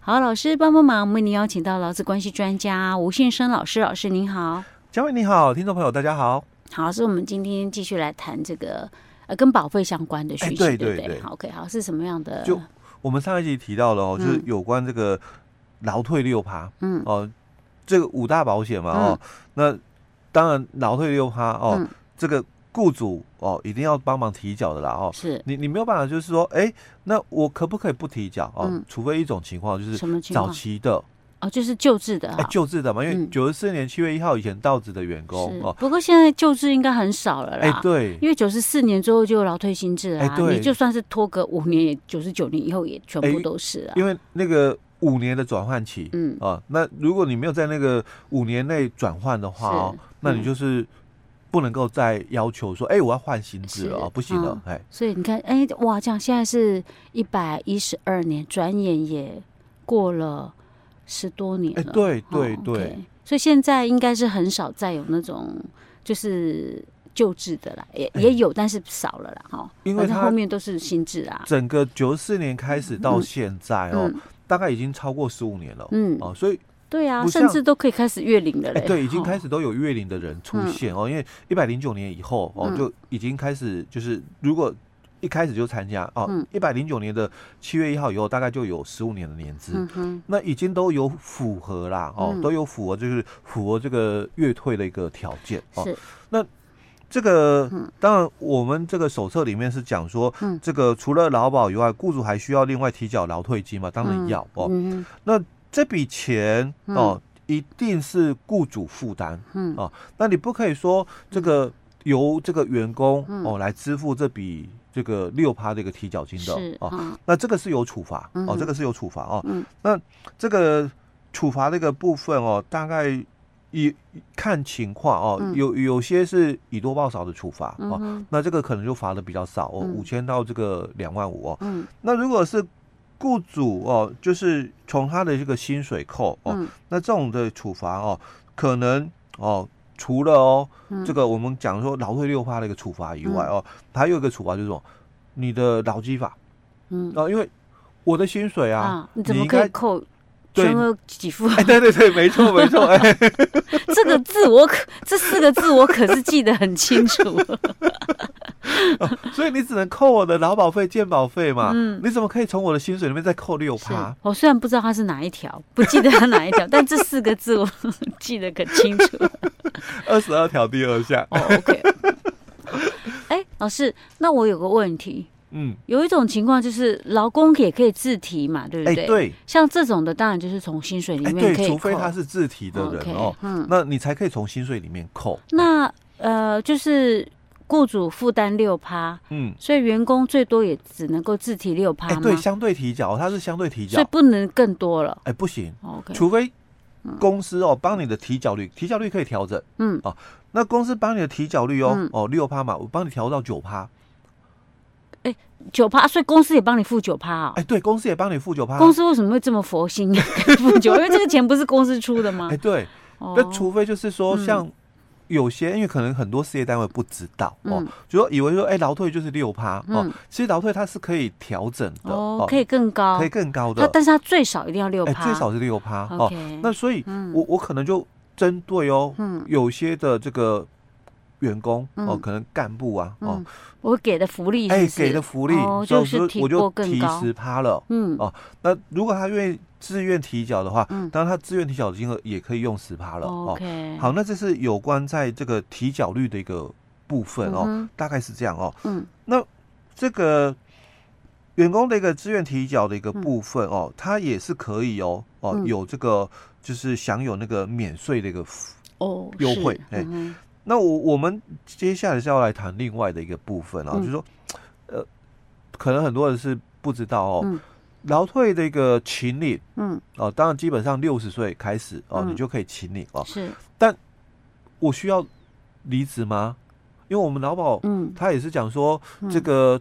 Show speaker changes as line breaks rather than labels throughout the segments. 好，老师帮帮忙，我们为您邀请到劳资关系专家吴信生老师，老师您好。
嘉惠你好，听众朋友大家好。
好，是我们今天继续来谈这个呃跟保费相关的讯息，
哎对
对不
对对
好，OK，好，是什么样的？
就我们上一集提到了哦，就是有关这个劳退六趴，
嗯
哦，这个五大保险嘛，哦，那当然劳退六趴哦，
嗯
这个雇主哦一定要帮忙提缴的啦哦。
是
你你没有办法，就是说，哎、那我可不可以不提缴哦？
嗯
除非一种情况就是
什么情
早
况？
期的
哦，就是救治的
哎、
哈。
救治的嘛，因为
嗯
九十四年七月一号以前到职的员工
是
哦，，
不过现在救治应该很少了
哎、
啦。
对，
因为九十四年之后就有劳退新制啊
哎，对
你就算是拖个五年，也九十九年以后也全部
哎
都是啊。
因为那个五年的转换期，
嗯，
啊，那如果你没有在那个五年内转换的话哦
是，嗯
那你就是不能够再要求说，哎、我要换薪资了
是
哦，不行了
嗯，
哎、
所以你看，哎、哇，这样现在是一百一十二年，转眼也过了十多年
哎
了。
对
哦
对对
OK 所以现在应该是很少再有那种就是救治的啦，也
哎
也有，但是少了啦，哈。
因为
反正
它
后面都是新制啊。
整个九四年开始到现在哦，
嗯
大概已经超过十五年了。
嗯，
哦，所以
对啊，
不像
甚至都可以开始月龄了
哎、
嘞。哦
对，已经
哈
开始都有月龄的人出现、哦，因为一百零九年以后哦，
嗯
就已经开始就是如果一开始就参加哦
嗯，
一百零九年的七月一号以后，大概就有十五年的年资。
嗯哼，
那已经都有符合啦，哦，
嗯
都有符合，就是符合这个月退的一个条件哦。
是
这个当然，我们这个手册里面是讲说，
嗯
这个除了劳保以外，雇主还需要另外提缴劳退金嘛？当然要、哦。
嗯哼
那这笔钱哦，一定是雇主负担，
嗯
哦，那你不可以说这个由这个员工、
嗯
哦来支付这笔这个六趴的一个提缴金的
是
哦。
啊，
那这个是有处罚
嗯
哦
哼，
这个是有处罚哦。
嗯
那这个处罚这个部分哦，大概以看情况哦，
嗯
有有些是以多报少的处罚
嗯
哦。
哼
那这个可能就罚的比较少哦，
嗯
五千到这个两万五哦。
嗯
那如果是雇主哦，就是从他的这个薪水扣哦，
嗯
那这种的处罚哦，可能哦，除了哦、
嗯
这个我们讲说劳退六趴的一个处罚以外哦，还有一个处罚就是什么，你的劳基法
嗯
哦，因为我的薪水啊，
啊，你怎么
应
可以
该
扣
对
全额给付？
哎，对对对，没错没错，哎，
这个字我可这四个字我可是记得很清 楚。
所以你只能扣我的劳保费、健保费嘛，
嗯
你怎么可以从我的薪水里面再扣六
是
趴？
我虽然不知道它是哪一条，不记得它哪一条，但这四个字我 记得可清楚。
二十二条第二项，
哦，OK。哎，老师，那我有个问题，
嗯，
有一种情况就是劳工也可以自提嘛，对不
哎
对？
对，
像这种的，当然就是从薪水里
哎
面
对
可以，
除非
扣
他是自提的人
OK，
哦，
嗯，
那你才可以从薪水里面扣。
那呃，就是雇主负担六趴，
嗯，
所以员工最多也只能够自提六趴
哎
嘛，
对，相对提缴，它哦是相对提
啊所以
缴，
不能更多了。
哎不行，
哦 OK，
除非公司哦帮你的提缴率，提缴率可以调整。哦
嗯
那公司帮你的提缴率
嗯
哦，哦六趴嘛，我帮你调到九趴，
九趴，所以公司也帮你付九趴啊。
哎，对，公司也帮你付九趴。
公司为什么会这么佛心付九？因 为这个钱不是公司出的吗
哎，？对，
哦
那除非就是说
嗯
像有些，因为可能很多事业单位不知道哦
嗯，
就说以为说哎劳退就是六趴哦
嗯，
其实劳退它是可以调整的
哦，可以更高，
可以更高
它
的，
但是它最少一定要六
哎
趴，
最少是六趴哦。
OK，
那所以
嗯
我我可能就针对哦
嗯
有些的这个员工哦，
嗯
可能干部啊哦
嗯，，我给的福利
哎
是
给的福利
哦，
所以
就是
我
提
我
过
就
更
提
高
十趴了。
嗯
哦那如果他愿意自愿提缴的话
嗯，
当然他自愿提缴的金额也可以用十趴了哦。
，OK，
好，那这是有关在这个提缴率的一个部分哦，
嗯哼
大概是这样哦。
嗯
这个员工的一个自愿提缴的一个部分哦，它也是可以哦，哦，
嗯
有这个就是享有那个免税的一个福。
哦
优
是
惠哎
嗯哼
那我我们接下来是要来谈另外的一个部分啊，
嗯
就是说，呃，可能很多人是不知道哦
嗯，
劳、退的一个请领
嗯
哦，当然基本上六十岁开始哦，
嗯
你就可以请领哦。
是
我需要离职吗？因为我们劳保
嗯
他也是讲说
嗯
这个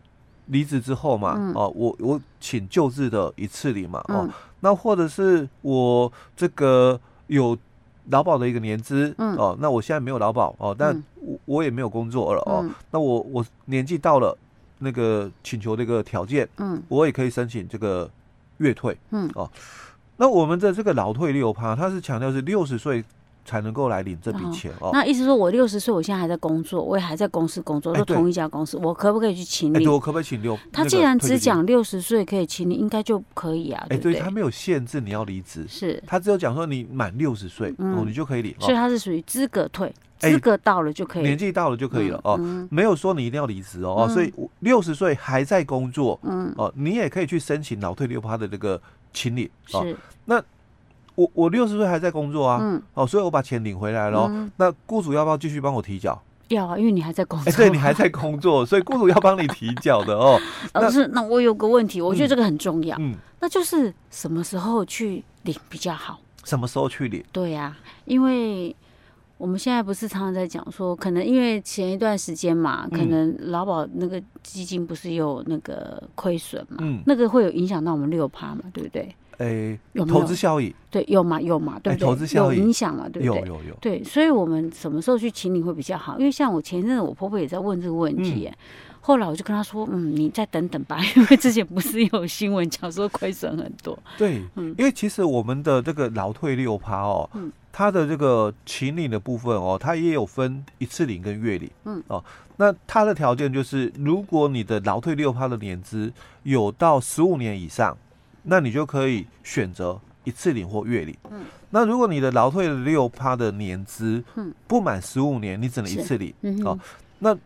离职之后嘛，
嗯
哦、我我请就职的一次领嘛，哦、
嗯
那或者是我这个有劳保的一个年资，
嗯
哦，那我现在没有劳保哦，但
嗯
我我也没有工作了哦，
嗯
那我我年纪到了那个请求的一个条件，
嗯
我也可以申请这个月退，
嗯
哦，那我们的这个老退六趴，它是强调是六十岁才能够来领这笔
哦
钱哦。
那意思说，我六十岁，我现在还在工作，我也还在公司工作，
哎
都
对
同一家公司，我可不可以去请
哎，
你
对，？我可不可以请六？
他
那
既
个
然
退
只
休金，
讲六十岁可以请你，应该就可以啊，
哎，
不
对
对
他？没有限制你要离职，
是，
他只有讲说你满六十岁哦，
嗯
你就可以领
所以
哦，
他是属于资格退，
哎
资格到了就可以，
年纪到了就可以了哦。
嗯
没有说你一定要离职哦，哦所以六十岁还在工作，
嗯，
哦，你也可以去申请老退六趴的这个请领哦。
是，
我我六十岁还在工作啊，
嗯，
哦，所以我把钱领回来了哦。
嗯
那雇主要不要继续帮我 提缴？
要啊，因为你还在工作，
哎、对你还在 工作，所以雇主要帮你提缴的哦。那
而是那我有个问题，我觉得
嗯
这个很重要，
嗯，
那就是什么时候去领比较好？
什么时候去领？
对呀、因为我们现在不是常常在讲说，可能因为前一段时间嘛，可
嗯
能劳保那个基金不是有那个亏损嘛，
嗯
那个会有影响到我们六趴嘛，对不对？
哎、
有没有
投资效益
对，有嘛有嘛，对
哎
不对？
投资效
有
益
影响嘛，对不
有
对？
有有，
对，所以我们什么时候去请你会比较好？因为像我前一阵子我婆婆也在问这个问题
嗯
耶、后来我就跟她说，嗯，你再等等吧，因为之前不是有新闻讲说亏损很多，
对，
嗯
因为其实我们的这个劳退六趴哦，
嗯
它的这个请领的部分哦，它也有分一次领跟月领，
嗯
哦，那它的条件就是，如果你的劳退六趴的年资有到十五年以上，那你就可以选择一次领或月领，
嗯
那如果你的劳退六趴的年资
嗯
不满十五年，你只能一
是
次领，
嗯哼，
哦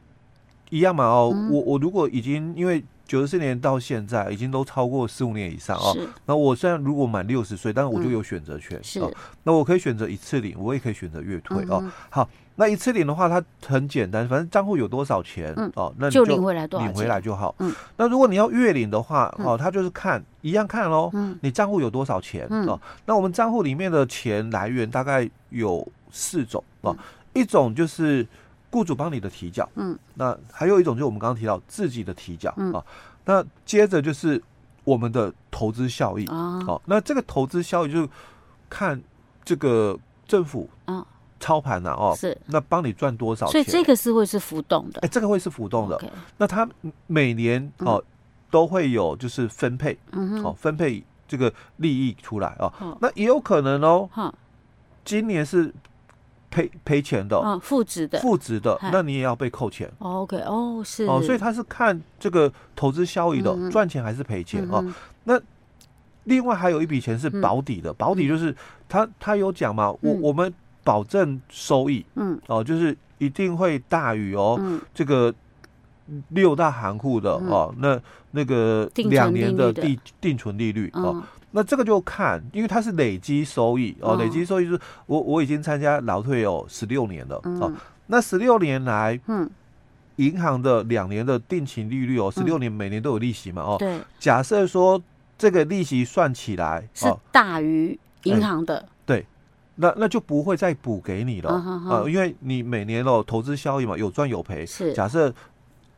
一样嘛哦，
嗯
我我如果已经因为九十四年到现在已经都超过十五年以上哦，
是
那我虽然如果满六十岁，但是我就
嗯
有选择权、
是
哦。那我可以选择一次领，我也可以选择月退、哦
嗯。
好，那一次领的话，它很简单，反正账户有多少钱、
嗯
哦，那你
就
就
领回来多少
领
钱？
回来就好。
嗯
那如果你要月领的话，哦，它就是看一样看喽，
嗯
你账户有多少钱、
嗯
哦。那我们账户里面的钱来源大概有四种哦，一种就是雇主帮你的提缴，
嗯，
那还有一种就是我们刚刚提到自己的提缴啊、
嗯
哦。那接着就是我们的投资效益。
啊，
好、那这个投资效益就是看这个政府
嗯
操盘呐、哦，
是，
那帮你赚多少
所
钱？
以这个是会是浮动的
哎、，这个会是浮动的。
OK，
那它每年哦、都会有就是分配
嗯
哦
哼，
分配这个利益出来哦。
好，
那也有可能哦，
哈，
今年是赔赔钱的、
嗯，负值的
负值的
嗨，
那你也要被扣钱。
哦，OK，哦，是，
哦，所以它是看这个投资效益的
嗯嗯
赚、钱还是赔钱、
嗯
哦。
哼，
另外还有一笔钱是
嗯
保底的，保底就是他他有讲嘛，我
嗯
我们保证收益
嗯
哦，就是一定会大于哦
嗯，
这个六大行库的
嗯
哦，那那个
定存
两年的
利率的
定定存利率哦，
嗯
那这个就看，因为它是累积收益哦，
哦
累积收益就是我我已经参加劳退有十六年了哦
嗯，
那十六年来
嗯，
银行的两年的定期利率哦，十六年每年都有利息嘛哦，
嗯对，
假设说这个利息算起来
是
哦，
大于
哎
银行的，
那那就不会再补给你了
嗯哼
啊、
哼
因为你每年哦投资效益嘛，有赚有赔。
是，
假设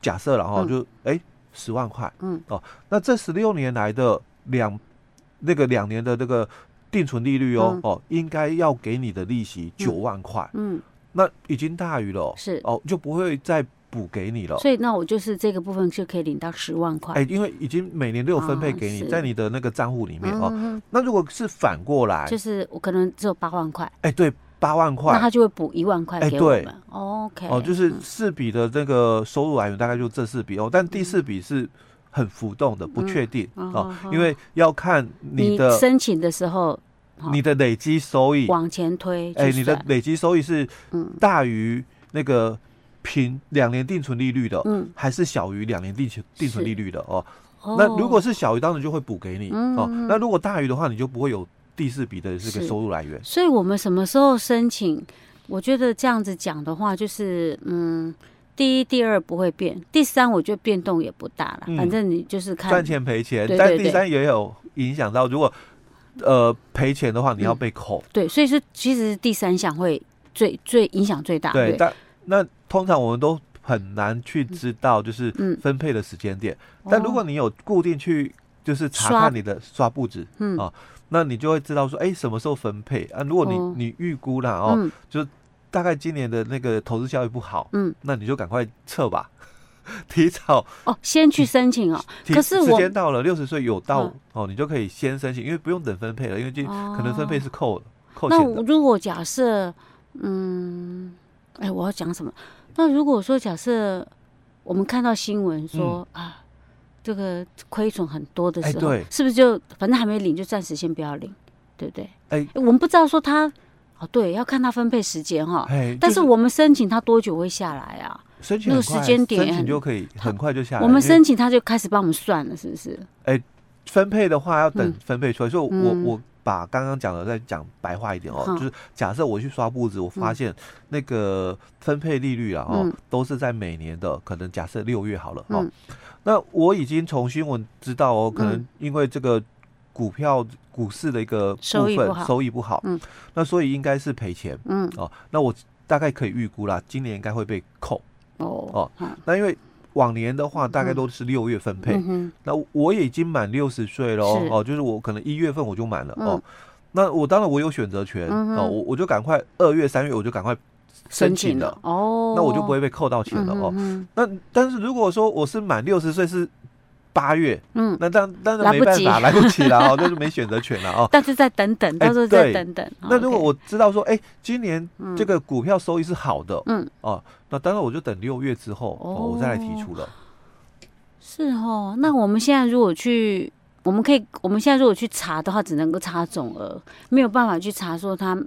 假设然后
嗯
就哎十、0万块，
嗯
哦，那这十六年来的两那个两年的这个定存利率哦、
嗯
哦，应该要给你的利息九万块，
嗯，
那已经大于了哦
是，
哦，就不会再补给你了。
所以那我就是这个部分就可以领到十万块，
哦哎，因为已经每年都有分配
哦
给你，
是
在你的那个账户里面哦。
嗯，
那如果是反过来，
就是我可能只有八万块，
哎，对，八万块，
那他就会补一万块
哎
给我嗯
对
们，OK，
哦，就是四笔的这个收入来源大概就这四笔哦，但第四笔是很浮动的，不确定
嗯
哦
哦，
因为要看你
你
的
申请的时候好
你的累积收益，
往前推去
哎，
算，
你的累积收益是
嗯
大于那个平两年定存利率的，
嗯，
还是小于两年定存定存
是
利率的哦？
哦
那如果是小于，当然就会补给你哦
嗯。
那如果大于的话，你就不会有第四笔的这个
是
收入来源。
所以我们什么时候申请？我觉得这样子讲的话，就是嗯，第一、第二不会变，第三我觉得变动也不大了，
嗯
反正你就是看
赚钱赔钱，
对
但
对
第
对
三也有影响到，如果呃赔钱的话，你要被扣。
对，所以是其实第三项会最最影响最大，嗯
对，
对，
但那通常我们都很难去知道，就是
嗯
分配的时间点。但如果
哦
你有固定去，就是查
刷
看你的刷步子，
嗯
啊那你就会知道说，哎、什么时候分配啊？如果你、
哦
你预估啦哦，
嗯
大概今年的那个投资效益不好，
嗯，
那你就赶快撤吧。 提早
哦，先去申请哦。
提
可是
时
我
间到了，六十岁有
嗯
到、
哦
哦，你就可以先申请，因为不用等分配了，因为就嗯可能分配是扣的、扣
那
钱
我
的。
如果假设，嗯，哎，我要讲什么？那如果说假设我们看到新闻说、啊，这个亏损很多的
嗯哎
时候，
对
是不是就反正还没领，就暂时先不要领，对不对？
哎
我们不知道说他哦，对，要看他分配时间哈、
哎，
但
就是
我们申请他多久会下来啊？
申请
那个
很快
时间点
申请就可以很快就下来。
我们
因为
申请他就开始帮我们算了，是不是？
分配的话要等
嗯
分配出来，所以我
嗯
我把刚刚讲的再讲白话一点哦，
好
就是假设我去刷步子，我发现那个分配利率啊哦，
嗯
都是在每年的可能假设六月好了哦，
嗯
那我已经从新闻知道哦，可能
嗯
因为这个股票股市的一个部分
收益不好
收益不好，
嗯
那所以应该是赔钱
嗯，
哦，那我大概可以预估啦，今年应该会被扣，
哦，哦，
那因为。往年的话，大概都是六月分配，
嗯哼，
那我也已经满六十岁了哦
是
哦，就是我可能一月份我就满了、哦
嗯，
那我当然我有选择权、
嗯哼
哦，我我就赶快二月三月我就赶快申请了，
哦，
那我就不会被扣到钱了哦。
嗯
那但是如果说我是满六十岁是八月，
哼嗯，
那当当然
来
没
不
办
及
法，来不及了哦，那就没选择权了 哦。
但是再等等，
哎
到时候再
对
等等。
那如果
啊 OK
我知道说，哎、今年
嗯
这个股票收益是好的，
嗯，
哦，那当然我就等六月之后，哦，我再来提出了。
是哦，那我们现在如果去，我们可以，我们现在如果去查的话，只能够查总额，没有办法去查说他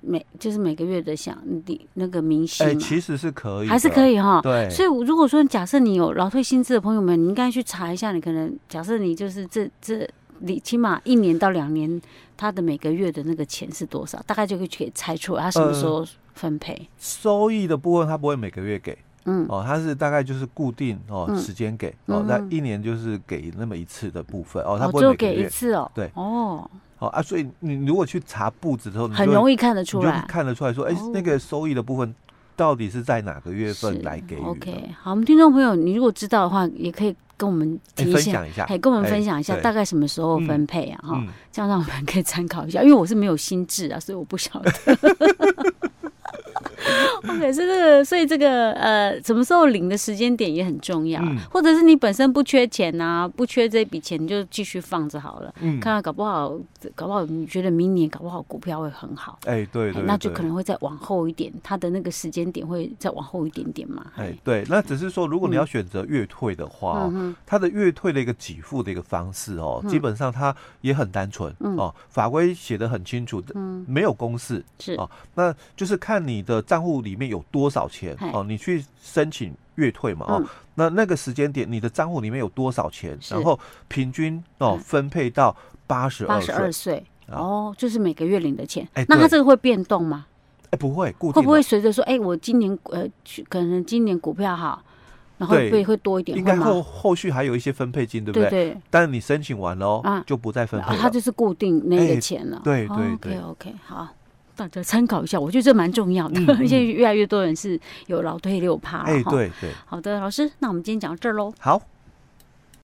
每就是每个月的想你那个明细
哎、
嘛，
其实是可以，
还是可
以，
以哈。
对，
所以，如果说假设你有劳退薪资的朋友们，你应该去查一下，你可能假设你就是这这你起码一年到两年，他的每个月的那个钱是多少，大概就可以可以猜出来他什么时
呃
候分配。
收益的部分它不会每个月给。
嗯，
哦，它是大概就是固定哦、
嗯
时间给哦，那
嗯
一年就是给那么一次的部分哦，它
哦，
不
只
会
有
每个
给一
月
次哦。
对
哦，
哦啊，所以你如果去查步子的时候，你
很
就
容易看得出
你就
来。
看得出来说，哎、
哦
那个收益的部分到底是在哪个月份
是
来给予的
OK，好，我们听众朋友，你如果知道的话，也可以跟我们
哎
提一
分
下，
享一下，
哎，跟我们
哎
分享一下
对
大概什么时候
嗯
分配啊？哈，
嗯，
这样让我们可以参考一下，因为我是没有心智啊，所以我不晓得。OK，所以这个，所以这个，呃，什么时候领的时间点也很重要啊，
嗯
或者是你本身不缺钱呐、不缺这笔钱，你就继续放着好了。
嗯
看看，搞不好，搞不好你觉得明年搞不好股票会很好，
哎、对对
哎
对，
那就可能会再往后一点，它的那个时间点会再往后一点点嘛。
哎、对，那只是说如果你
嗯
要选择月退的话、哦
嗯哼，
它的月退的一个给付的一个方式哦，基本上它也很单纯、
嗯
哦，法规写的很清楚的，
嗯，
没有公式。
是
哦那就是看你的账户里面有多少钱
嗨
哦，你去申请月退嘛哦，
嗯
那那个时间点你的账户里面有多少钱，
是
然后平均哦
嗯
分配到八十
八
二
十
岁，
二岁。
啊
哦，就是每个月领的钱，
哎
那它
对
这个会变动吗？
哎不会固定
会
的，
不会随着说，哎、我今年呃，去可能今年股票好，然后
对
会会多一点，
应该
会吗
后后续还有一些分配金，对不
对
对？
对，
但你申请完了哦
啊，
就不再分
啊
配
它
了。
就是固定那
哎
个钱了。
对对对
o k OK，好，大家参考一下，我觉得这蛮重要的，
嗯嗯
而且越来越多人是有老退六趴。
哎，
哈。
对对，
好的，老师，那我们今天讲到这儿喽。
好，